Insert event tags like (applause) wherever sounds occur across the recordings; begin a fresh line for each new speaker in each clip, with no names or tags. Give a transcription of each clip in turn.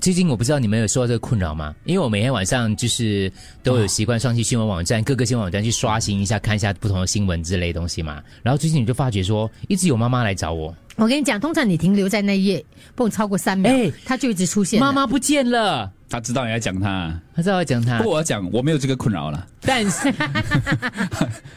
最近我不知道你们有受到这个困扰吗？因为我每天晚上就是都有习惯上去新闻网站、各个新闻网站去刷新一下，看一下不同的新闻之类的东西嘛。然后最近你就发觉说，一直有妈妈来找我，
我跟你讲，通常你停留在那一页，不超过三秒，
哎
它就一直出现了。
妈妈不见了，
他知道你在讲他，啊
他知道我讲他
不，过我要讲我没有这个困扰了。
但是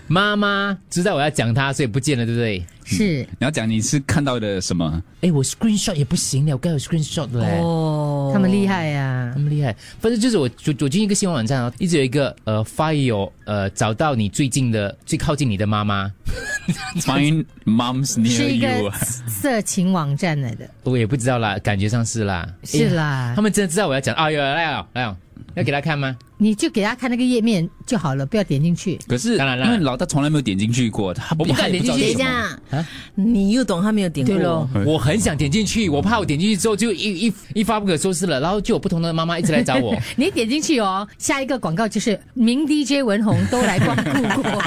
妈妈知道我要讲他，所以不见了，对不对？
是
你要讲你是看到的什么？
哎，我 screenshot 也不行了，我该有 screenshot 的嘞。
哦，他们厉害呀、
那么厉害，反正就是我我我进一个新闻网站啊，一直有一个呃 file 呃找到你最近的最靠近你的妈妈，
Find moms
是
(laughs)
near
一
you
个
啊。
色情网站来的，
我也不知道啦，感觉上是啦，
是
哎哎呀
啦。
他们真的知道我要讲啊，有来了来了，要给他看吗？
你就给他看那个页面就好了，不要点进去。
可是，
当然啦
因为老大从来没有点进去过，他
我不敢
他也知道
点进去
等一
是什么哦
下，你又懂他没有点过？
对咯
我很想点进去，我怕我点进去之后就一一一发不可收拾了，然后就有不同的妈妈一直来找我，
你点进去哦，下一个广告就是名 DJ 文红都来光顾过，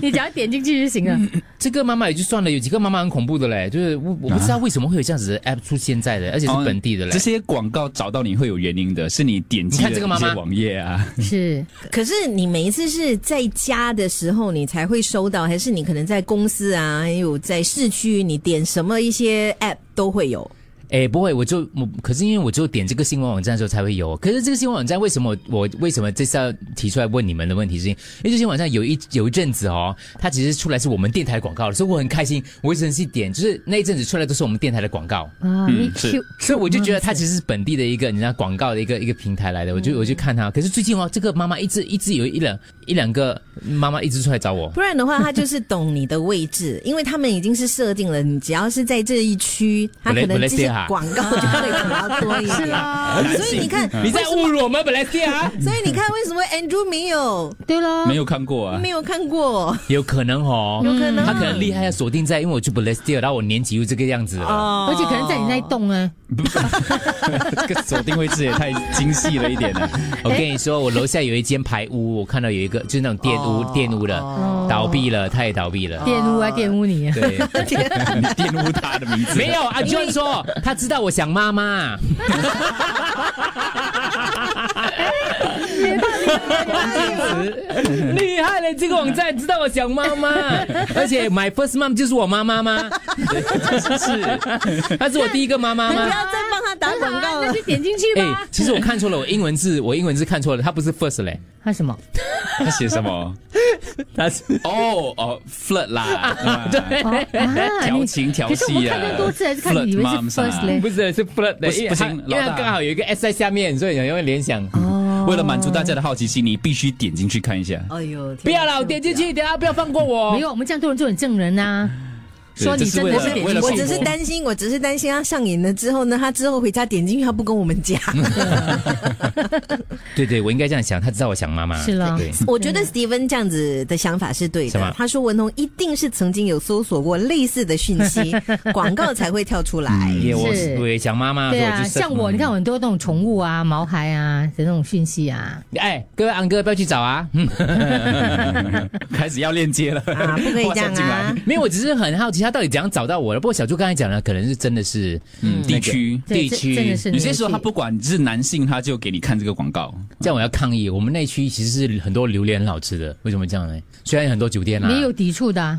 你只要点进去就行了。
这个妈妈也就算了，有几个妈妈很恐怖的嘞，就是我我不知道为什么会有这样子的 app 出现在的，而且是本地的嘞
这。些广告找到你会有原因的，是你点
你
击
看
了
这个
一
妈妈
些网页啊。
是
可是你每一次是在家的时候你才会收到，还是你可能在公司啊，还有在市区，你点什么一些 app 都会
(laughs)
有？
哎，不会，我就我，可是因为我就点这个新闻网站的时候才会有。哦可是这个新闻网站为什么我我为什么这次要提出来问你们的问题是因为，因为这新闻网站有一有一阵子哦，它其实出来是我们电台广告的，所以我很开心，我一直去点，就是那一阵子出来都是我们电台的广告，
啊，你
是
Q，
所以我就觉得它其实是嗯本地的一个你知道广告的一个一个平台来的，我就我就看它。可是最近哦，这个妈妈一直一直有一两一两个妈妈一直出来找我，
不然的话，他就是懂你的位置，因为他们已经是设定了，你只要是在这一区，他可能这些广告就会比较多
(laughs)
一
是啊
点。
(laughs)
啦，
啊
啊
所以你看，
你在侮辱我们本来是啊，
所以你看，为什么 Andrew 没有
对咯，
没有看过啊
没。有看过？
有可能哦，
有可能
他可能厉害要锁定在，因为我去 b l e s t i 然后我年纪又这个样子了。
哦
而且可能在你那一栋啊，
(laughs) 这个锁定位置也太精细了一点啊
(laughs)
了。
(laughs) 我跟你说，我楼下有一间排屋，我看到有一个就是那种玷污、玷污的，倒闭了，他也倒闭了。
玷污啊，玷
(laughs)
污你啊。
对，
你玷污他的名字，
没有阿 John 说他知道我想妈妈，厉害了，这个网站知道我想妈妈，而且 My First Mom 就是我妈妈吗？是，她是我第一个妈妈
你不
吗？哎
要
啊
再帮他打广告
那
了。
就点进去吧。
其实我看错了，我英文字，我英文字看错了，它不是 first 嘞，
他什么？
他写什么？
它是
哦哦，flirt 啦，对
哦啊
调
你
情调
可是我们
戏啊
看更多次还是看你以为
Flirt
是
moms 啊
first 嘞？
不是是 flirt 的，
不是
因为
不
它
行
因为
老
它
大
刚好有一个 s 在下面，所以你会联想。
哦
为了满足大家的好奇心，你必须点进去看一下。
哎呦，天
不要啦，我点进去，等下不要放过我。
没有，我们这样多人就很正人呐。
对
说你
这是
真
为
的
了
是点
为了
进
我
去
幸
只
福
是担心，我只是担心他上瘾了之后呢，他之后回家点进去，他不跟我
(laughs)
们讲。
对对，我应该这样想，他知道我想妈妈。
是啦
对，
我觉得 Steven 这样子的想法是对
是
的
吗。
他说文红一定是曾经有搜索过类似的讯
(laughs)
息，广告才会跳出来。
嗯
也我
是
我也想妈妈，
对啊，
所以就嗯 search
像我，
妈妈
你看我很多那种宠物啊、毛孩啊的那种讯息啊，
哎，各位安哥不要去找啊。嗯，
(laughs) 开始要链接了
啊
(laughs)
不可以
画
这样啊
像进来
没有，我只是很好奇他到底怎样找到我的。不过小猪刚才讲了，可能是真的是
嗯，
那
地
个
区。
地
对
区
这真的是
有些时候他
年纪
不管是男性，他就给你看这个广告。
这样我要抗议。我们那区其实是很啊多榴莲很好吃的，为什么这样呢？虽然有很多酒店啦，
没有抵触的啊。